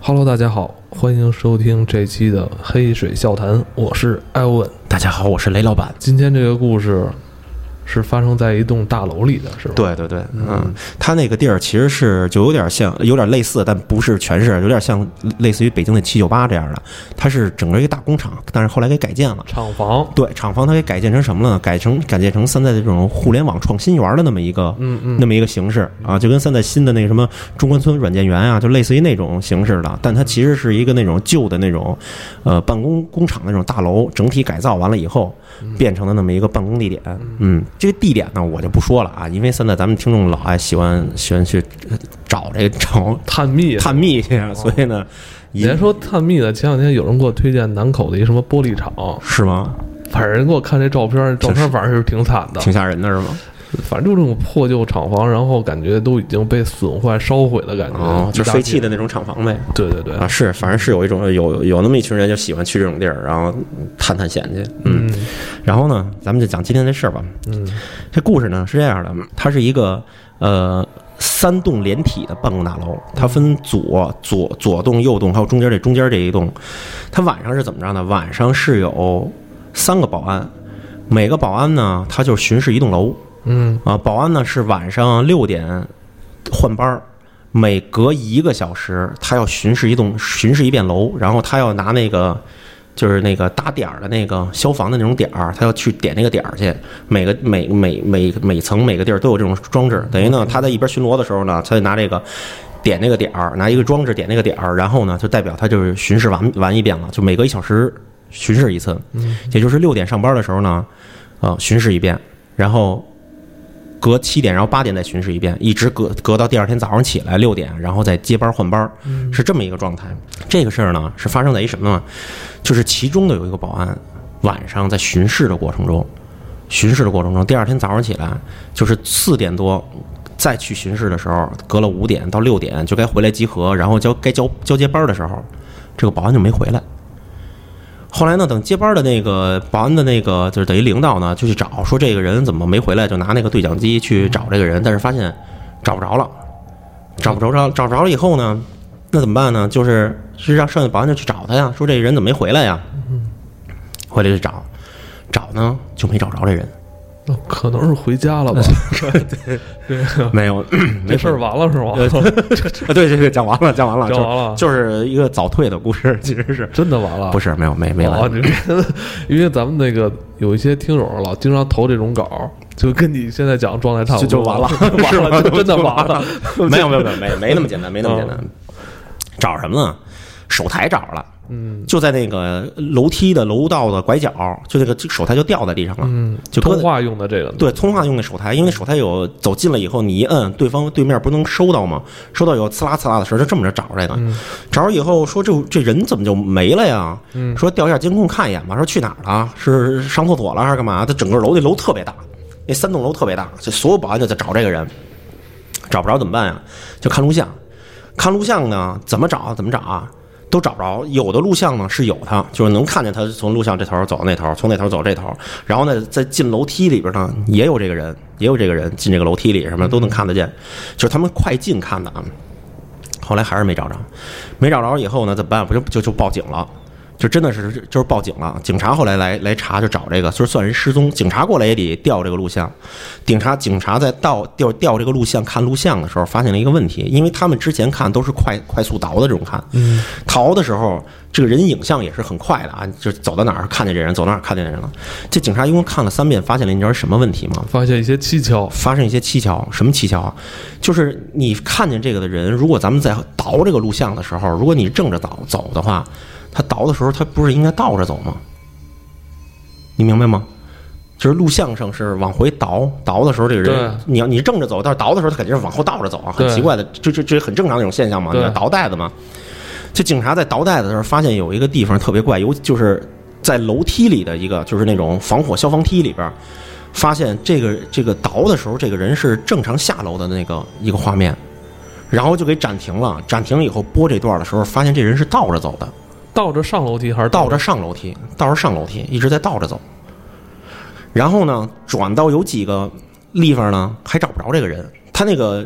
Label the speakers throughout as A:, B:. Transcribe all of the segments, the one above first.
A: Hello，大家好，欢迎收听这期的《黑水笑谈》，我是艾文。
B: 大家好，我是雷老板。
A: 今天这个故事是发生在一栋大楼里的，是吧？，
B: 对对对，嗯，他那个地儿其实是就有点像，有点类似，但不是全是，有点像类似于北京的七九八这样的。它是整个一个大工厂，但是后来给改建了。
A: 厂房，
B: 对，厂房它给改建成什么了呢？改成改建成现在这种互联网创新园的那么一个，
A: 嗯嗯，
B: 那么一个形式啊，就跟现在新的那个什么中关村软件园啊，就类似于那种形式的，但它其实是一个那种旧的那种，呃，办公工厂那种大楼，整体改造完了以后
A: 嗯
B: 变成了那么一个办公地点。嗯，这个地点呢，我就不说了啊，因为现在咱们听众老爱喜欢
A: 嗯
B: 喜欢去呃找这个找
A: 探秘。
B: 探秘去，啊
A: 哦
B: 所以呢，
A: 你别
B: 也
A: 说探秘了，前两天有人给我推荐南口的一什么玻璃厂，
B: 是吗？
A: 反正给我看这照片，照片反正是挺惨的，
B: 挺吓人的是吗？
A: 反正就这种破旧厂房，然后感觉都已经被损坏、烧毁的感觉，
B: 哦，就
A: 嗯一嗯大
B: 废
A: 片
B: 弃的。那种厂房呗。
A: 对对对，
B: 啊，是，反正是有一种有有那么一群人就喜欢去这种地儿，然后探探险去。嗯，然后呢，咱们就讲今天这事儿吧。
A: 嗯
B: 这故事呢是这样的，它是一个呃三栋连体的办公大楼，它分左左左栋、右栋，还有中间这中间这一栋。它晚上是怎么着呢？晚上是有三个保安，每个保安呢，他就巡视一栋楼
A: 嗯
B: 啊。保安呢是晚上六点换班儿。每隔一个小时，他要巡视一栋巡视一遍楼，然后他要拿那个就是那个打点儿的那个消防的那种点儿，他要去点那个点儿去。每个每每每每层每个地儿都有这种装置，等于呢，他在一边巡逻的时候呢，他就拿这个点那个点儿，拿一个装置点那个点儿，然后呢，就代表他就是巡视完完一遍了，就每隔一小时巡视一次，也就是六点上班的时候呢，呃，巡视一遍，然后。隔七点，然后八点再巡视一遍，一直隔隔到第二天早上起来六点，然后再接班换班儿，是这么一个状态。这个事儿呢，是发生在一什么呢？就是其中的有一个保安，晚上在巡视的过程中，巡视的过程中，第二天早上起来就是四点多再去巡视的时候，隔了五点到六点就该回来集合，然后交该交交接班的时候，这个保安就没回来。后来呢，等接班的那个保安的那个就是等于领导呢，就去找，说这个人怎么没回来，就拿那个对讲机去找这个人，但是发现找不着了，找不着着，找不着了以后呢，那怎么办呢？就是是让剩下保安就去找他呀，说这人怎么没回来呀？回来就找，找呢就没找着这人，
A: 那可能是回家 了吧？ 对，
B: 没有，
A: 这
B: 没
A: 事儿呃完了是 吗？
B: 啊， 对对对，讲完了，讲完了，
A: 讲
B: 就
A: 完了
B: 就是一个早退的故事，其实是
A: 真的完了？
B: 不是没有没没
A: 哦，
B: 完，
A: 你别，因为咱们那个有一些听友老经常投这种稿，就跟你现在讲的状态差不
B: 就
A: 多，，
B: 就完了 是
A: 完
B: 吗
A: 了，就真的
B: 就
A: 完了。
B: 没有没有没有没没那么简单，没那么简单，找什么呢？手台找了。
A: 嗯，
B: 就在那个楼梯的楼道的拐角，就那个手台就掉在地上了，
A: 嗯，
B: 就搁
A: 通
B: 在
A: 话用的这个，
B: 对，通话用的手台，因为手台有走近了以后，你一摁，对方对面不能收到吗？收到有刺啦刺啦的声儿，就这么着找这个，找着以后说这这人怎么就没了呀？说调一下监控看一眼吧，说去哪儿了？是上厕所了还是干嘛？他整个楼那楼特别大，那三栋楼特别大，这所有保安就在找这个人，找不着怎么办呀？就看录像，看录像呢，怎么找怎么找啊？都找不着，有的录像呢是有他，就是能看见他从录像这头走到那头，从那头走这头，然后呢，在进楼梯里边呢也有这个人，也有这个人进这个楼梯里什么的都能看得见，就是他们快进看的啊。后来还是没找着，没找着以后呢，怎么办？不就就就报警了。就真的是就是报警了，警察后来来来查就找这个，就是算人失踪，警察过来也得调这个录像。警察警察在到调调这个录像看录像的时候，发现了一个问题，因为他们之前看都是快快速倒的这种看，嗯，逃的时候这个人影像也是很快的啊，就是走到哪儿看见这人，走到哪儿看见这人了。这警察一共看了三遍，发现了你知道是什么问题吗？
A: 发现一些蹊跷，
B: 发生一些蹊跷，什么蹊跷啊？就是你看见这个的人，如果咱们在倒这个录像的时候，如果你正着倒走的话，他倒的时候他不是应该倒着走吗？你明白吗？就是录像上是往回倒，倒的时候这个人
A: 对，
B: 你要你正着走，但是倒的时候他肯定是往后倒着走啊，很
A: 对
B: 奇怪的，这这这很正常的一种现象嘛，
A: 对
B: 你要倒带子嘛。这警察在倒带子的时候，发现有一个地方特别怪，尤就是在楼梯里的一个，就是那种防火消防梯里边，发现这个这个倒的时候，这个人是正常下楼的那个一个画面，然后就给暂停了。暂停了以后播这段的时候，发现这人是倒着走的，
A: 倒着上楼梯还是
B: 倒
A: 着？
B: 着上楼梯，倒着上楼梯，一直在倒着走。然后呢，转到有几个地方呢，还找不着这个人。他那个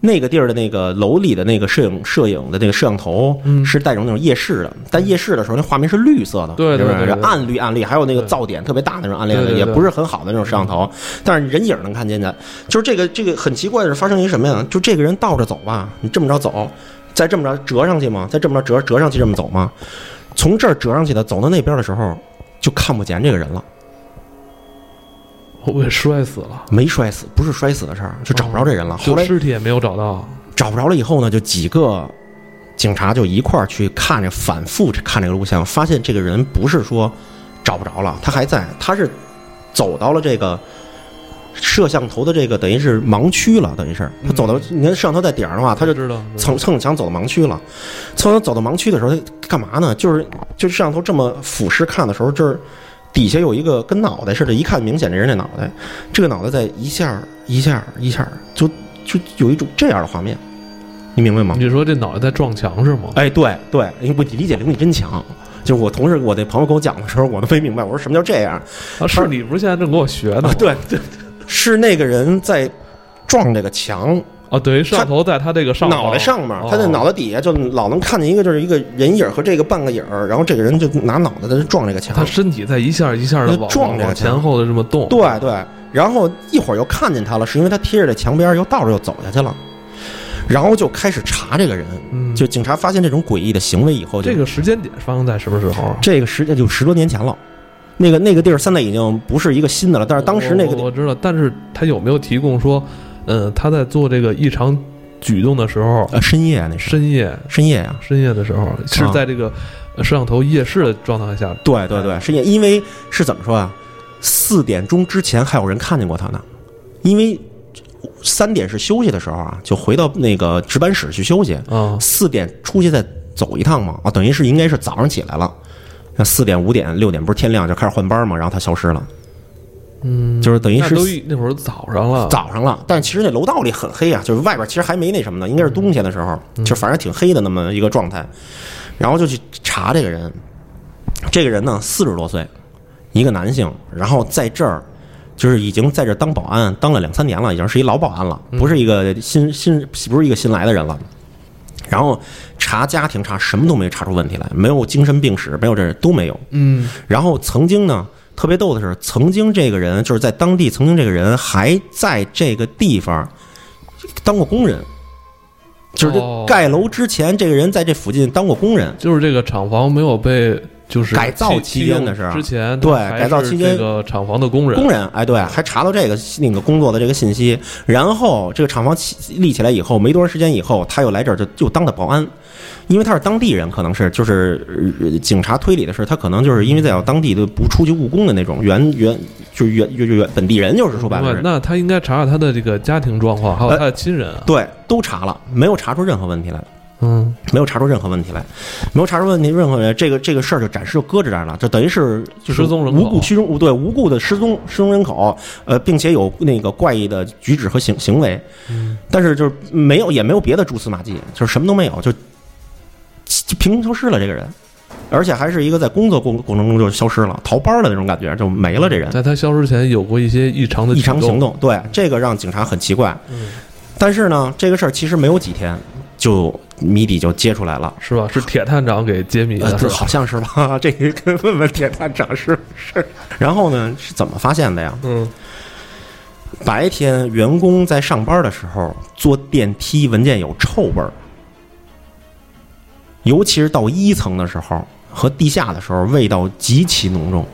B: 那个地儿的那个楼里的那个摄影摄影的那个摄像头
A: 嗯
B: 是带着那种夜视的，但夜视的时候那画面是绿色的，
A: 对对
B: 是不是
A: 对对对
B: 暗绿暗绿，还有那个噪点特别大那种暗绿暗
A: 对
B: 绿，
A: 对
B: 也
A: 对
B: 不是很好的那种摄像头，但是人影能看见的。就是这个这个很奇怪的是发生一什么呀？就这个人倒着走吧，你这么着走，再这么着折上去吗？再这么着折折上去这么走吗？从这儿折上去的，走到那边的时候就看不见这个人了。
A: 我给摔死了，
B: 没摔死，不是摔死的事儿，就找不着这人了。啊后
A: 就
B: 来
A: 尸体也没有找到，
B: 找不着了以后呢，就几个警察就一块儿去看这，反复去看这个录像，发现这个人不是说找不着了，他还在，他是走到了这个摄像头的这个等于是盲区了，等于是他走到，你看摄像头在顶上的话，他就
A: 知道
B: 蹭蹭墙走到盲区了。蹭墙走到盲区的时候，他干嘛呢？就是就是摄像头这么俯视看的时候，这儿底下有一个跟脑袋似的，一看明显这人这脑袋，这个脑袋在一下儿一下儿一下儿，就就有一种这样的画面，你明白吗？
A: 你说这脑袋在撞墙是吗？啊
B: 哎，对对，因为我理解能力真强。就是我同事，我那朋友跟我讲的时候，我都没明白，我说什么叫这样？
A: 啊，是你不是现在正给我学呢吗？
B: 啊，对对，是那个人在撞这个墙，
A: 啊，等于摄像头在他这个上哦
B: 脑袋上面，他在脑
A: 袋，
B: 袋底下就老能看见一个就是一个人影儿和这个半个影儿，然后这个人就拿脑袋在这撞这个墙
A: 他，身体在一下一下的往
B: 撞这个
A: 往
B: 墙
A: 前后的这么动，
B: 对对，然后一会儿又看见他了，是因为他贴着这墙边儿又倒着又走下去了，然后就开始查这个人，
A: 嗯，
B: 就警察发现这种诡异的行为以后就，
A: 这个时间点发生在什么时候啊？
B: 这个时间就十多年前了。那个那个地儿现在已经不是一个新的了，但是当时那个
A: 我
B: 地
A: 我知道，但是他有没有提供说，嗯，他在做这个异常举动的时候，
B: 呃深夜啊那是
A: 深夜
B: 深夜啊，
A: 深夜的时候是
B: 啊
A: 在这个摄像头夜视的状态下，
B: 对对对，深夜，因为是怎么说啊？四点钟之前还有人看见过他呢，因为三点是休息的时候啊，就回到那个值班室去休息。
A: 啊，
B: 四点出去再走一趟嘛，啊，等于是应该是早上起来了。那四点、五点、六点不是天亮就开始换班嘛，然后他消失了，
A: 嗯，
B: 就是等于
A: 那
B: 是
A: 都一那会儿早上了，
B: 早上了，但其实那楼道里很黑啊，就是外边其实还没那什么呢，应该是冬天的时候，就反正挺黑的那么一个状态。然后就去查这个人，这个人呢四十多岁，一个男性，然后在这儿就是已经在这儿当保安当了两三年了，已经是一老保安了，不是一个新新不是一个新来的人了。然后查家庭查什么都没查出问题来，没有精神病史，没有这都没有。
A: 嗯，
B: 然后曾经呢，特别逗的是，曾经这个人就是在当地，曾经这个人还在这个地方当过工人，就是
A: 哦
B: 这盖楼之前，这个人在这附近当过工人。
A: 就是这个厂房没有被就是
B: 改造
A: 弃
B: 期间的时候
A: 弃用之前，
B: 对
A: 他还是
B: 改造期间
A: 这个厂房的工人
B: 工人，哎，对，还查到这个那个工作的这个信息，然后这个厂房起立起来以后，没多长时间以后，他又来这儿就就当的保安，因为他是当地人，可能是就是、呃警察推理的是，他可能就是因为在当地的不出去务工的那种原原就是原原原本地人，就是说白了
A: 对
B: 是，
A: 那他应该查查他的这个家庭状况，还有
B: 呃
A: 他的亲人啊。
B: 对，都查了，没有查出任何问题来，
A: 嗯，
B: 没有查出任何问题来，没有查出问题任何人，这个这个事儿就暂时就搁置这儿了，就等于是就是
A: 失踪人口
B: 无故失踪，对无故的失踪失踪人口，呃，并且有那个怪异的举止和行行为，
A: 嗯
B: 但是就是没有也没有别的蛛丝马迹，就是什么都没有，就就凭空消失了这个人。而且还是一个在工作过过程中就消失了、逃班了那种感觉，就没了这人。
A: 在他消失前有过一些异常的
B: 异常
A: 举
B: 行动，对这个让警察很奇怪。
A: 嗯
B: 但是呢，这个事儿其实没有几天，就谜底就揭出来了。
A: 是吧？是铁探长给揭秘
B: 呃
A: 的，，是
B: 这
A: 吧？
B: 好像是吧？ 这个跟问问铁探长是不是？然后呢，是怎么发现的呀？
A: 嗯，
B: 白天员工在上班的时候，坐电梯闻见有臭味儿，尤其是到一层的时候和地下的时候，味道极其浓重。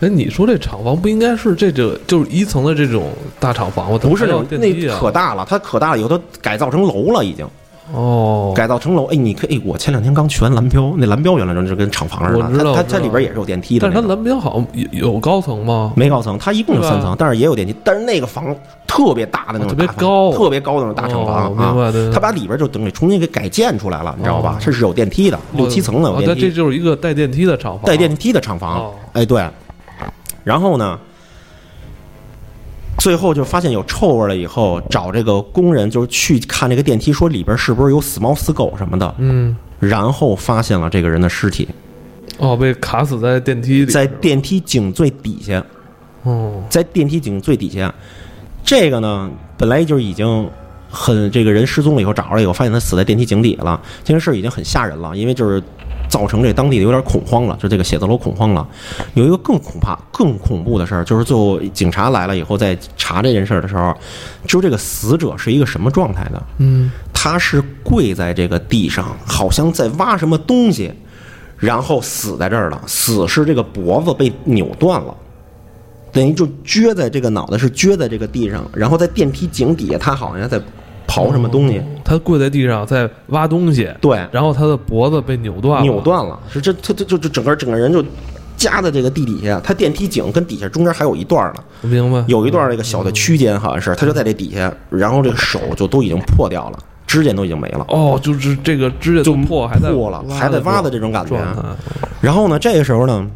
A: 哎，你说这厂房不应该是这个就是一层的这种大厂房吗？它
B: 不是
A: 没有
B: 那
A: 电
B: 那
A: 梯啊？
B: 可大了，它可大了，有的改造成楼了已经。
A: 哦，
B: 改造成楼。哎，你可以，我前两天刚去完蓝标，那蓝标原来就是跟厂房似
A: 我知
B: 的，
A: 道我
B: 它它
A: 知道
B: 它里边也是有电梯的
A: 但
B: 那
A: 是
B: 种，
A: 它蓝标好像有有高层吗？
B: 没高层，它一共就三
A: 对
B: 层
A: 吧，啊
B: 但是也有电梯，但是那个房特别大的那种
A: 特别
B: 大房
A: 高
B: 特别高的那种大厂
A: 哦
B: 房
A: 明
B: 啊。
A: 白对对
B: 它把里边就等于重新给改建出来了，你知道
A: 哦？
B: 吧这是有电梯的，六七层的
A: 哦
B: 有
A: 那
B: 电
A: 这
B: 梯，
A: 就是一个带电梯的厂房，
B: 带电梯的厂
A: 哦
B: 房。哎，对。然后呢，最后就发现有臭味了，以后找这个工人就是去看这个电梯，说里边是不是有死猫死狗什么的，
A: 嗯，
B: 然后发现了这个人的尸体。
A: 哦，被卡死在电梯里，
B: 在电梯井最底下，
A: 哦，
B: 在电梯井最底下，这个呢本来就已经很这个人失踪了以后找着了以后，发现他死在电梯井底了，这件事儿已经很吓人了，因为就是造成这当地有点恐慌了，就这个写字楼恐慌了。有一个更恐怕、更恐怖的事儿，就是最后警察来了以后，在查这件事儿的时候，就这个死者是一个什么状态呢？
A: 嗯，
B: 他是跪在这个地上，好像在挖什么东西，然后死在这儿了。死是这个脖子被扭断了，等于就撅在这个脑袋是撅在这个地上，然后在电梯井底下，他好像在刨什么东西。
A: 他跪在地上在挖东西，
B: 对，
A: 然后他的脖子被扭断了，
B: 扭断了，是这他他就就整个整个人就夹在这个地底下，他电梯井跟底下中间还有一段呢，
A: 我明白？
B: 有一段那个小的区间好像是，他就在这底下，然后这个手就都已经破掉了，指甲都已经没了。
A: 哦，就是这个指甲
B: 就
A: 都破还在
B: 破了还在挖的这种感觉啊
A: 状态，
B: 然后呢，这个时候呢，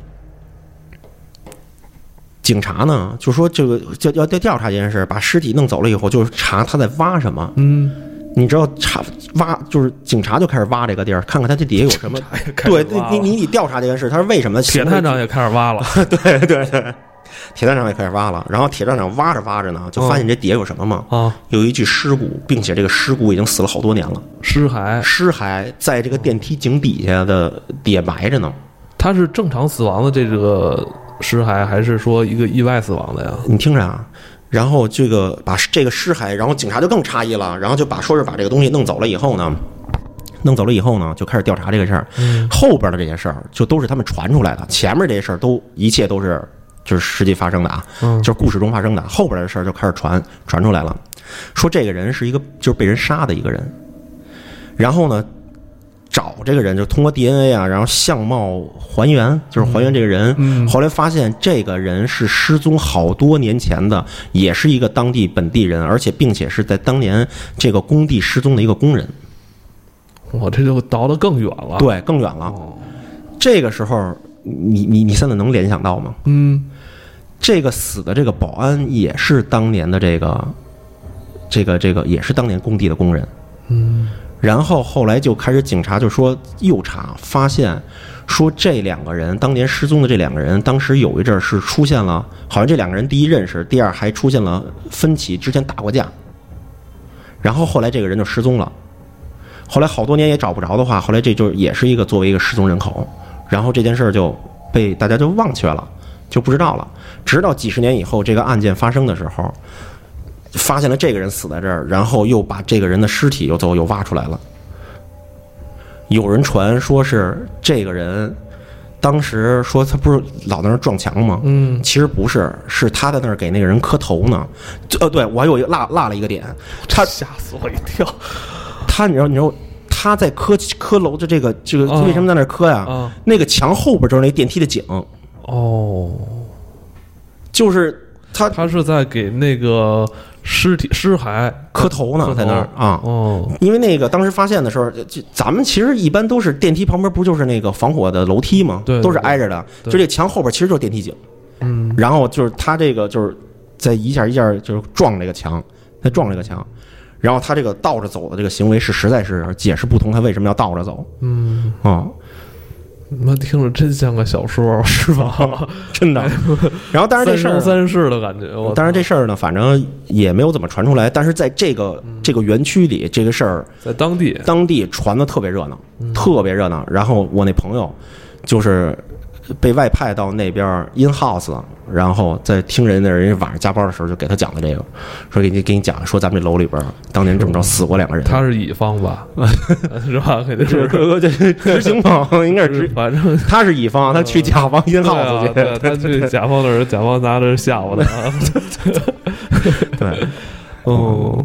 B: 警察呢就说这个就要要调查这件事，把尸体弄走了以后，就是查他在挖什么。
A: 嗯，
B: 你知道查挖就是警察就开始挖这个地儿，看看他这底下有什 么。
A: 哎开始
B: 对，
A: 挖
B: 你
A: 了
B: 你你得调查这件事，他是为什么呢？
A: 铁探长也开始 挖了，
B: 对对对，铁站长也开始挖了， 哦然后铁站长挖着挖着呢，就发现这底下有什么嘛？
A: 啊，
B: 有一具尸骨，并且这个尸骨已经死了好多年了，
A: 尸骸，
B: 尸骸在这个电梯井底下的底下埋着呢。
A: 他是正常死亡的这个尸骸，还是说一个意外死亡的呀？
B: 你听着啊，然后这个把这个尸骸，然后警察就更诧异了，然后就把说是把这个东西弄走了以后呢，弄走了以后呢，就开始调查这个事儿。后边的这些事儿就都是他们传出来的，前面这些事儿都一切都是就是实际发生的啊，就是故事中发生的。后边的事儿就开始传传出来了，说这个人是一个就是被人杀的一个人，然后呢。找这个人就通过 DNA 啊，然后相貌还原，就是还原这个人。后来发现这个人是失踪好多年前的，也是一个当地本地人，而且并且是在当年这个工地失踪的一个工人。
A: 我这就倒得更远了，，
B: 对，更远了。这个时候，你你你现在能联想到吗？
A: 嗯，
B: 这个死的这个保安也是当年的这个，这个这个也是当年工地的工人。嗯。然后后来就开始，警察就说又查，发现说这两个人当年失踪的这两个人，当时有一阵儿是出现了，好像这两个人第一认识，第二还出现了分歧，之前打过架。然后后来这个人就失踪了，后来好多年也找不着的话，后来这就也是一个作为一个失踪人口，然后这件事儿就被大家就忘却了，就不知道了。直到几十年以后，这个案件发生的时候，发现了这个人死在这儿，然后又把这个人的尸体又最后又挖出来了。有人传说是这个人，当时说他不是老在那儿撞墙吗？
A: 嗯，
B: 其实不是，是他在那儿给那个人磕头呢。呃，对我还有一个落落了一个点，他
A: 吓死我一跳
B: 他你知道你知道他在磕磕楼的这个这个
A: 啊
B: 为什么在那儿磕呀、
A: 啊！
B: 那个墙后边就是那电梯的井，
A: 哦，
B: 就是他
A: 他是在给那个尸体尸骸
B: 磕头呢
A: 磕头
B: 在那儿啊。
A: 哦，
B: 因为那个当时发现的时候，就就咱们其实一般都是电梯旁边不就是那个防火的楼梯吗？
A: 对对
B: 都是挨着的。
A: 对
B: 就这墙后边其实就是电梯井，
A: 嗯，
B: 然后就是他这个就是在一下一下就是撞这个墙，在撞这个墙，然后他这个倒着走的这个行为是实在是解释不通，他为什么要倒着走？嗯啊，
A: 妈听着真像个小说，是吧？
B: 真的。然后啊当然这
A: 三
B: 事儿
A: 生三啊世的感觉，我
B: 当然这事儿呢，反正也没有怎么传出来，但是在这个
A: 嗯
B: 这个园区里，这个事儿
A: 在当地
B: 当地传的特别热闹，
A: 嗯
B: 特别热闹。然后我那朋友就是被外派到那边儿 in house，然后在听人那人家晚上加班的时候就给他讲的这个，说给你给你讲说咱们这楼里边儿当年这么着死过两个人，
A: 他是乙方 吧，是吧？肯定
B: 是
A: 是，
B: 执行方应该是
A: 是
B: 执，
A: 反 正
B: 他是乙方，他去甲方 in
A: 对啊
B: house 去，
A: 对啊，他去甲方那儿，甲方拿着吓唬 他。啊
B: 对
A: 哦，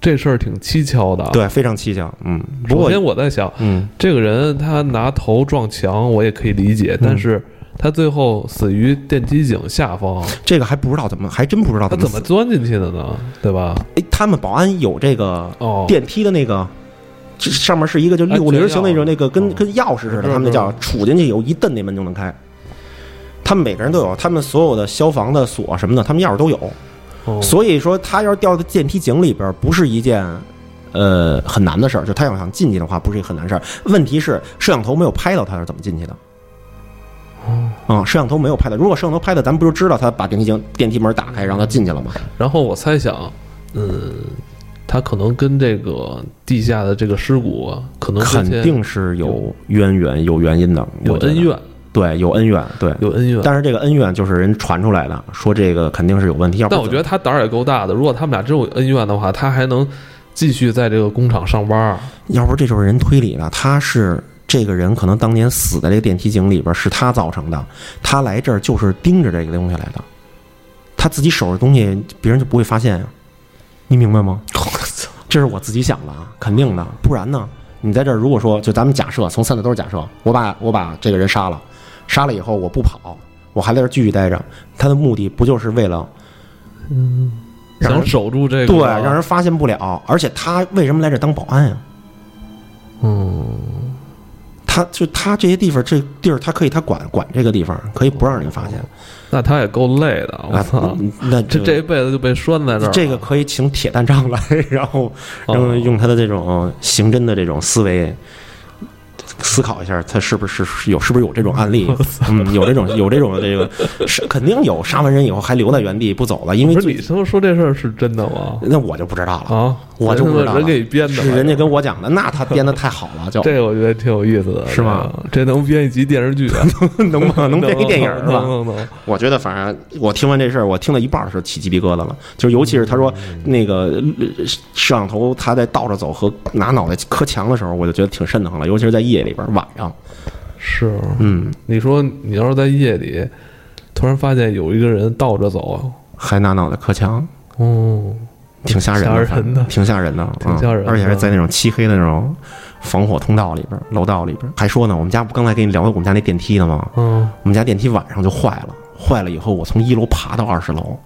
A: 这事儿挺蹊跷的啊。
B: 嗯对，非常蹊跷，嗯，不
A: 首
B: 过
A: 先我在想，
B: 嗯。
A: 这个人他拿头撞墙，我也可以理解，
B: 嗯
A: 但是他最后死于电梯井下方，
B: 这个还不知道怎么，还真不知道
A: 他
B: 怎
A: 怎
B: 死
A: 么钻进去的呢？对吧？
B: 哎，他们保安有这个
A: 哦，
B: 电梯的那个，这上面是一个就六
A: 安
B: 零
A: 全
B: 型那
A: 钥匙
B: 种那个跟
A: 嗯
B: 跟钥匙似的，
A: 嗯
B: 他们那叫杵进去有一蹬那门就能开。他们每个人都有，他们所有的消防的锁什么的，他们钥匙都有。
A: 哦
B: 所以说，他要是掉到电梯井里边，不是一件呃很难的事儿。就他要想进去的话，不是一个很难事儿。问题是摄像头没有拍到他是怎么进去的。
A: 哦
B: 啊、摄像头没有拍到。如果摄像头拍到，咱们
A: 嗯
B: 不就知道他把电梯井电梯门打开，让他进去了吗？
A: 然后我猜想，嗯，他可能跟这个地下的这个尸骨啊可能之
B: 肯
A: 前
B: 定是有渊源、有原因的，
A: 有
B: 我觉得
A: 恩，怨，
B: 对，有恩怨，对。
A: 有恩怨。
B: 但是这个恩怨就是人传出来的，说这个肯定是有问题。要不
A: 但我觉得他胆儿也够大的，如果他们俩真有恩怨的话，他还能继续在这个工厂上班儿。
B: 要不这就是人推理了，他是这个人可能当年死在这个电梯井里边是他造成的，他来这儿就是盯着这个东西来的，他自己守着东西，别人就不会发现呀、你明白吗？这是我自己想的啊，肯定的，不然呢？你在这儿如果说就咱们假设，从三里都是假设，我把我把这个人杀了，杀了以后我不跑，我还在这儿继续待着，他的目的不就是为了 让人
A: 想守住这个，
B: 对让人发现不了？而且他为什么来这儿当保安呀、
A: 嗯，
B: 他就他这些地方，这地儿他可以他管管这个地方，可以不让人发现。
A: 那他也够累的，我
B: 啊
A: 操！，
B: 那
A: 哦这这一辈子就被拴在这儿了，
B: 这个可以请铁蛋丈来，然后然后
A: 哦
B: 用他的这种刑侦的这种思维思考一下，他是不是是有是不是有这种 案例？嗯，有这种有这种这个是肯定有杀完人以后还留在原地不走了，因为
A: 不是
B: 最
A: 你他妈说这事儿是真的吗？
B: 那我就不知道了，
A: 啊，
B: 我就
A: 人
B: 不知
A: 他
B: 道
A: 妈人
B: 了
A: 给你编的，哎
B: 是人家跟我讲的，那他编的太好了，就
A: 这个我觉得挺有意思的，
B: 是吗
A: 这个？这能编一集电视剧啊，
B: 能吗？ 能编一电影是吧？
A: 能能能，
B: 我觉得反正我听完这事儿，我听到一半儿的时候起鸡皮疙瘩了，就是尤其是他说
A: 嗯
B: 那个呃摄像头他在倒着走和拿脑袋磕墙的时候，我就觉得挺瘆得慌了，尤其是在夜里边儿晚上。
A: 是。
B: 嗯，
A: 你说你要是在夜里突然发现有一个人倒着走，
B: 还拿脑袋磕墙，
A: 哦，
B: 挺吓人
A: 吓
B: 的，
A: 人
B: 反正
A: 的
B: 挺吓人的，
A: 挺吓人
B: 嗯而且
A: 的
B: 是在那种漆黑的那种防火通道里边儿、楼道里边儿。还说呢，我们家不刚才跟你聊我们家那电梯呢吗？
A: 嗯，
B: 我们家电梯晚上就坏了，坏了以后我从一楼爬到二十楼。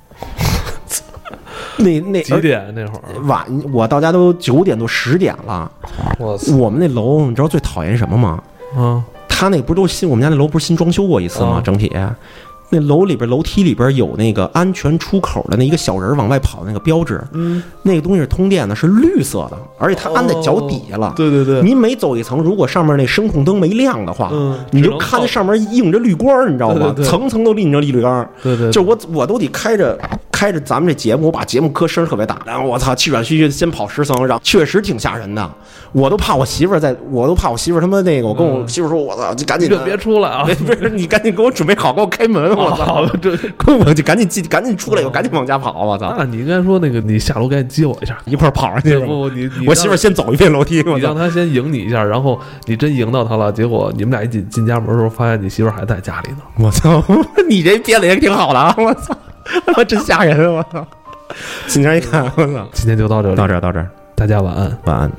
B: 那那
A: 几点那会儿？
B: 晚，我到家都九点多十点了。
A: 我操
B: 我们那楼，你知道最讨厌什么吗？
A: 啊！
B: 他那不是都新，我们家那楼不是新装修过一次吗？
A: 啊
B: 整体，那楼里边楼梯里边有那个安全出口的那一个小人儿往外跑的那个标志，
A: 嗯，
B: 那个东西是通电的，是绿色的，而且它安在脚底下了。
A: 对对对，
B: 您每走一层，如果上面那声控灯没亮的话，
A: 嗯
B: 你
A: 只
B: 就
A: 能靠
B: 看见上面映着绿光儿，你知道吗？
A: 对对对
B: 层层都映着绿光儿。
A: 对对，
B: 就我我都得开着开着咱们这节目，我把节目磕声儿特别大，然后我操气喘吁吁地先跑十层，然后确实挺吓人的，我都怕我媳妇儿在，我都怕我媳妇儿他妈那个，我跟我媳妇儿说，我操，你赶
A: 嗯你
B: 紧
A: 可
B: 的
A: 别出来啊！
B: 别别，你赶紧给我准备好，给我开门，我 操，
A: 好，这
B: 我就赶紧进，赶紧出来，我赶紧往家跑，我操，
A: 那你应该说那个，你下楼赶紧接我一 下。
B: 一块儿跑上去是
A: 不
B: 啊吧，
A: 不，你你
B: 我媳妇儿
A: 让
B: 先走一遍楼梯，我
A: 你让
B: 操，
A: 他先赢你一下，然后你真赢到他了，结果你们俩一进进家门的时候，发现你媳妇儿还在家里呢。
B: 我操，你这编的也挺好的啊，我操，他妈真啊吓人，我操，今天一看，我操，
A: 今天就到这里
B: 啊到，这儿到这儿，
A: 大家晚安。
B: 晚安。